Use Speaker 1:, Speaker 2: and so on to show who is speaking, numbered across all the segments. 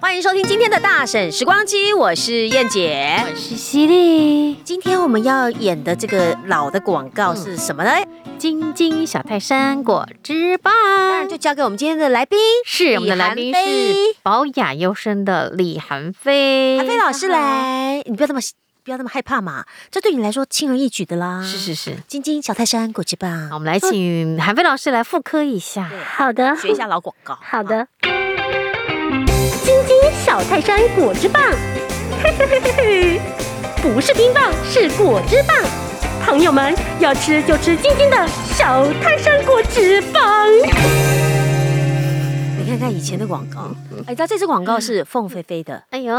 Speaker 1: 欢迎收听今天的大婶时光机，我是燕姐。
Speaker 2: 我是犀利，
Speaker 1: 今天我们要演的这个老的广告
Speaker 2: 嗯
Speaker 1: 是什么呢？
Speaker 2: 晶晶小泰山果汁棒。
Speaker 1: 当然就交给我们今天的来宾，
Speaker 2: 是我们的来宾是保雅优生的李韩非，
Speaker 1: 韩飞老师。来，你不要那么不要那么害怕嘛，这对你来说轻而易举的啦。
Speaker 2: 是是是，
Speaker 1: 晶晶小泰山果汁棒，
Speaker 2: 好，我们来请韩非老师来复刻一下。
Speaker 3: 好的，
Speaker 1: 学一下老广告。
Speaker 3: 好的。晶晶小泰山果汁棒， 嘿嘿嘿嘿嘿，不是冰棒，是果汁棒。朋友们要吃就吃晶晶的小泰山果汁棒。
Speaker 1: 你看看以前的广告，
Speaker 2: 嗯
Speaker 1: 哎，知道这支广告是凤飞飞的，
Speaker 2: 哎呦，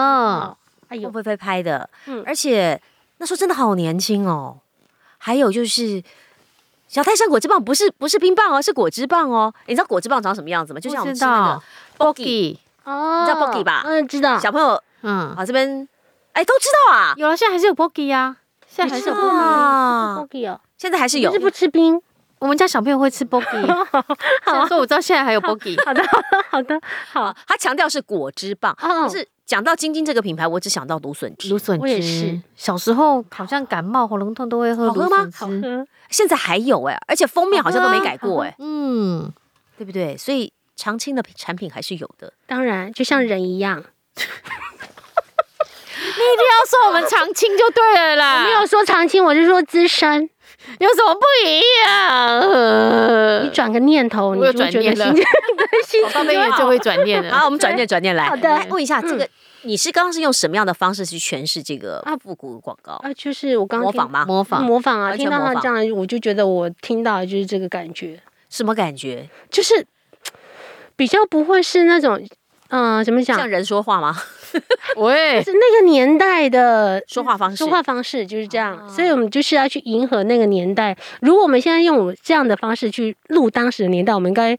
Speaker 1: 哎呦，凤飞飞拍的，
Speaker 3: 嗯
Speaker 1: 而且那时候真的好年轻哦。还有就是。小泰山果汁棒不是不是冰棒哦，是果汁棒哦。你知道果汁棒长什么样子吗？就像我们吃那个 boggy，
Speaker 2: Boggy，
Speaker 3: 哦
Speaker 1: 你知道 Boggy 吧
Speaker 3: 嗯，知道。
Speaker 1: 小朋友
Speaker 2: 嗯，
Speaker 1: 啊这边，哎都知道啊，
Speaker 2: 有了，现在还是有 Boggy 啊，现在还
Speaker 3: 你
Speaker 2: 是
Speaker 3: 吃
Speaker 2: 有
Speaker 3: 过
Speaker 2: Boggy。
Speaker 1: 啊
Speaker 3: 吗？你吃过 Boggy 哦，
Speaker 1: 现在还是
Speaker 3: 你
Speaker 1: 有
Speaker 3: 是。不吃冰。
Speaker 2: 我们家小朋友会吃 Boggy，所以我知道现在还有 Boggy。
Speaker 3: 好的，好的，好的，好。
Speaker 1: 他强调是果汁棒，
Speaker 3: 哦
Speaker 1: 可是讲到晶晶这个品牌，我只想到芦笋汁
Speaker 2: 芦，笋
Speaker 3: 我也
Speaker 2: 汁
Speaker 3: 是，
Speaker 2: 小时候好像感冒、喉咙痛都会喝
Speaker 1: 好喝
Speaker 2: 芦
Speaker 1: 吗
Speaker 2: 笋汁。
Speaker 3: 嗯
Speaker 1: 现在还有哎、而且封面好像都没改过哎、
Speaker 2: 嗯，
Speaker 1: 对不对？所以常青的产品还是有的。
Speaker 3: 当然，就像人一样，
Speaker 2: 一定要说我们常青就对了
Speaker 1: 啊
Speaker 2: 啦。
Speaker 3: 没有说长青，我是说资深。
Speaker 2: 有什么不一样？呃
Speaker 3: 你转个念头，你
Speaker 2: 我有
Speaker 3: 就会
Speaker 2: 转
Speaker 3: 觉得
Speaker 2: 念了
Speaker 3: 心情对心
Speaker 2: 我到
Speaker 3: 情
Speaker 2: 那边
Speaker 3: 就
Speaker 2: 就
Speaker 3: 好。
Speaker 2: 会转念 了。
Speaker 1: 好，我们转念转念来，
Speaker 3: 好的嗯
Speaker 1: 来问一下这个，你是刚刚是用什么样的方式去诠释这个
Speaker 3: 啊
Speaker 1: 复古广告？
Speaker 3: 啊，就是我刚刚
Speaker 1: 模
Speaker 3: 听
Speaker 1: 仿吗？
Speaker 2: 模仿，
Speaker 3: 模仿啊，
Speaker 1: 完
Speaker 3: 听
Speaker 1: 全
Speaker 3: 到
Speaker 1: 模
Speaker 3: 他
Speaker 1: 仿
Speaker 3: 这样，我就觉得我听到的就是这个感觉，
Speaker 1: 什么感觉？
Speaker 3: 就是比较不会是那种，嗯、怎么讲，
Speaker 1: 像人说话吗？
Speaker 2: 喂，
Speaker 3: 是那个年代的
Speaker 1: 说话方式哦
Speaker 3: 说话方式就是这样，所以我们就是要去迎合那个年代。如果我们现在用我这样的方式去录当时的年代，我们应该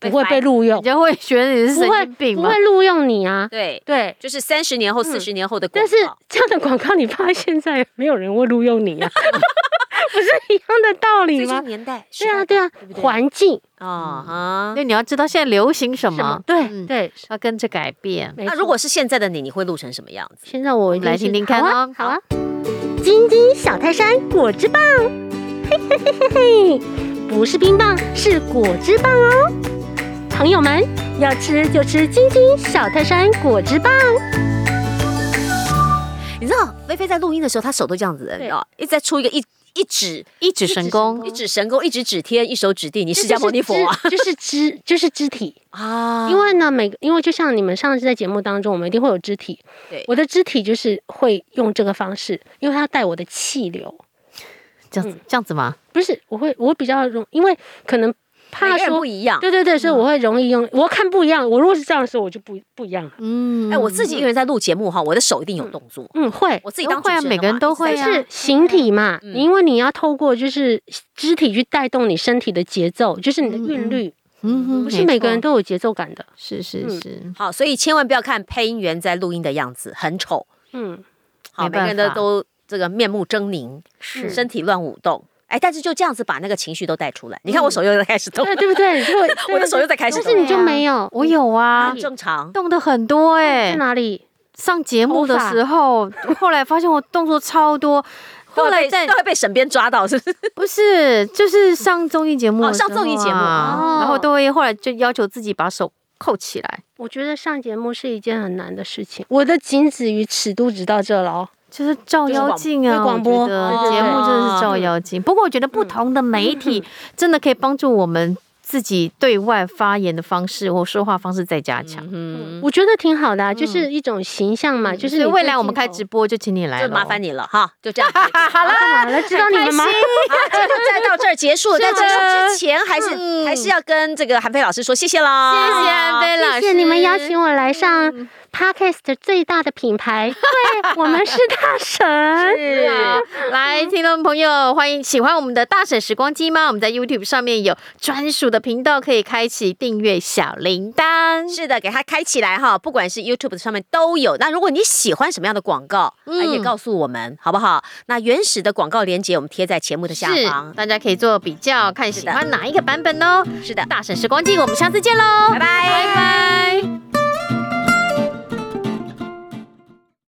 Speaker 3: 不会被录用
Speaker 2: 人，家会觉得你是
Speaker 3: 不
Speaker 2: 神
Speaker 3: 会
Speaker 2: 经病
Speaker 3: 不
Speaker 2: 吧
Speaker 3: 会？录用你啊，
Speaker 1: 对，
Speaker 3: 对。
Speaker 1: 就是三十年后、四十年后的广
Speaker 3: 但
Speaker 1: 告。
Speaker 3: 是这样的广告，你放在现在没有人会录用你啊， 不是一样的道理
Speaker 1: 这就是
Speaker 3: 吗？
Speaker 1: 年代，时
Speaker 3: 对啊，
Speaker 1: 代
Speaker 3: 对啊
Speaker 1: 对不，对
Speaker 3: 环境
Speaker 1: 啊哈。
Speaker 2: 那你要知道现在流行什
Speaker 3: 什么
Speaker 2: 么？，
Speaker 3: 对
Speaker 2: 嗯
Speaker 3: 对，
Speaker 2: 要跟着改变。
Speaker 3: 没
Speaker 1: 那
Speaker 3: 错
Speaker 1: 如果是现在的你，你会录成什么样子？
Speaker 3: 现在我一定
Speaker 2: 来
Speaker 3: 是
Speaker 2: 听听看哦
Speaker 3: 好啊，晶晶小泰山果汁棒，嘿嘿嘿嘿嘿，不是冰棒，是果汁棒哦。朋友们，要吃就吃晶晶小泰山果汁棒。
Speaker 1: 你知道菲菲在录音的时候，她手都这样子的，你知道，一直在出一个一一指
Speaker 2: 一指神功
Speaker 1: 一，指神功，一指指天，一手指地，你释迦牟尼佛啊
Speaker 3: 这就是肢，就是肢，就是肢 体。
Speaker 1: 啊！
Speaker 3: 因为呢，每个因为就像你们上次在节目当中，我们一定会有肢体。
Speaker 1: 对
Speaker 3: 我的肢体就是会用这个方式，因为它带我的气流。
Speaker 2: 这样子这样子吗？
Speaker 3: 不是，我会我比较容，因为可能怕
Speaker 1: 啊每个人
Speaker 3: 说
Speaker 1: 不一样。嗯
Speaker 3: 对对对，所以我会容易用。我看不一样，我如果是这样的时候，我就不不一样了。
Speaker 2: 嗯，
Speaker 1: 哎，我自己一个人在录节目哈，我的手一定有动作。
Speaker 3: 嗯，会，
Speaker 1: 我自己当
Speaker 2: 都会啊
Speaker 1: 主持人的嘛
Speaker 2: 每个人都
Speaker 1: 一
Speaker 2: 会啊
Speaker 1: 直
Speaker 3: 但
Speaker 1: 在
Speaker 3: 是形体嘛，
Speaker 1: 嗯
Speaker 3: 因为你要透过就是肢体去带动你身体的节奏，就是你的韵律，
Speaker 2: 嗯，
Speaker 3: 不是每个人都有节奏感的。
Speaker 2: 是是
Speaker 3: 嗯
Speaker 2: 是，
Speaker 1: 好，所以千万不要看配音员在录音的样子，很丑。
Speaker 3: 嗯，
Speaker 1: 好，
Speaker 2: 没
Speaker 1: 每个
Speaker 2: 办
Speaker 1: 人都
Speaker 2: 法
Speaker 1: 都这个面目狰狞，
Speaker 3: 嗯
Speaker 2: 是
Speaker 1: 身体乱舞动。哎，但是就这样子把那个情绪都带出来。你看
Speaker 2: 嗯
Speaker 1: 我手又在开始动，
Speaker 3: 对对不对？如果
Speaker 1: 我的手又在开始
Speaker 3: 但
Speaker 1: 动
Speaker 3: 是，你就
Speaker 2: 对啊
Speaker 3: 没有，
Speaker 2: 我有啊
Speaker 1: 很，正常。
Speaker 2: 动的很多哎、
Speaker 3: 在哪
Speaker 1: 嗯
Speaker 3: 里？
Speaker 2: 上节目的
Speaker 3: 头发
Speaker 2: 时候，后来发现我动作超多，后
Speaker 1: 都
Speaker 2: 来
Speaker 1: 会
Speaker 2: 在
Speaker 1: 被都会被沈编抓到，是不是？
Speaker 2: 不是，就是上综艺节目的
Speaker 1: 哦
Speaker 2: 时候啊、
Speaker 1: 上综艺节目
Speaker 3: 哦
Speaker 2: 然后都会后来就要求自己把手扣起来，
Speaker 3: 我觉得上节目是一件很难的事情。我的仅止于尺度只到这了哦。
Speaker 2: 就是照妖镜
Speaker 3: 就是
Speaker 2: 啊。
Speaker 3: 广播
Speaker 2: 我觉得
Speaker 1: 对对对
Speaker 2: 节目真的是照妖镜。不过我觉得不同的媒体真的可以帮助我们自己对外发言的方式或说话方式再加强。
Speaker 1: 嗯，
Speaker 3: 我觉得挺好的、啊，就是一种形象嘛，就是
Speaker 2: 所以
Speaker 3: 你
Speaker 2: 未
Speaker 3: 对
Speaker 2: 来我们
Speaker 3: 镜
Speaker 2: 开
Speaker 3: 头
Speaker 2: 直播就请你来
Speaker 1: 就
Speaker 2: 了，
Speaker 1: 麻烦你了哈，就这样。 好，
Speaker 2: 好了，
Speaker 3: 干嘛了？知道你们吗？
Speaker 1: 今天就再到这儿结束了。
Speaker 2: 是
Speaker 1: 在
Speaker 2: 的
Speaker 1: 结束之前，还是
Speaker 2: 嗯
Speaker 1: 还是要跟这个韩飞老师说谢谢啦，
Speaker 2: 谢谢安飞老师，
Speaker 3: 谢谢你们邀请我来上 Podcast 最大的品牌，对我们是大 神。
Speaker 2: 是啊，来，听众朋友，欢迎喜欢我们的大婶时光机吗？我们在 YouTube 上面有专属的频道，可以开启订阅小铃铛。
Speaker 1: 是的，给它开起来哈，不管是 YouTube 上面都有。那如果你喜欢什么样的广告，
Speaker 2: 嗯
Speaker 1: 啊也告诉我们好不好？那原始的广告链接我们贴在节目的下方。
Speaker 2: 大家可以做比较，看喜
Speaker 1: 的
Speaker 2: 欢哪一个版本哦。
Speaker 1: 是的，
Speaker 2: 大婶时光机，我们下次见喽，
Speaker 1: 拜拜
Speaker 2: 拜拜。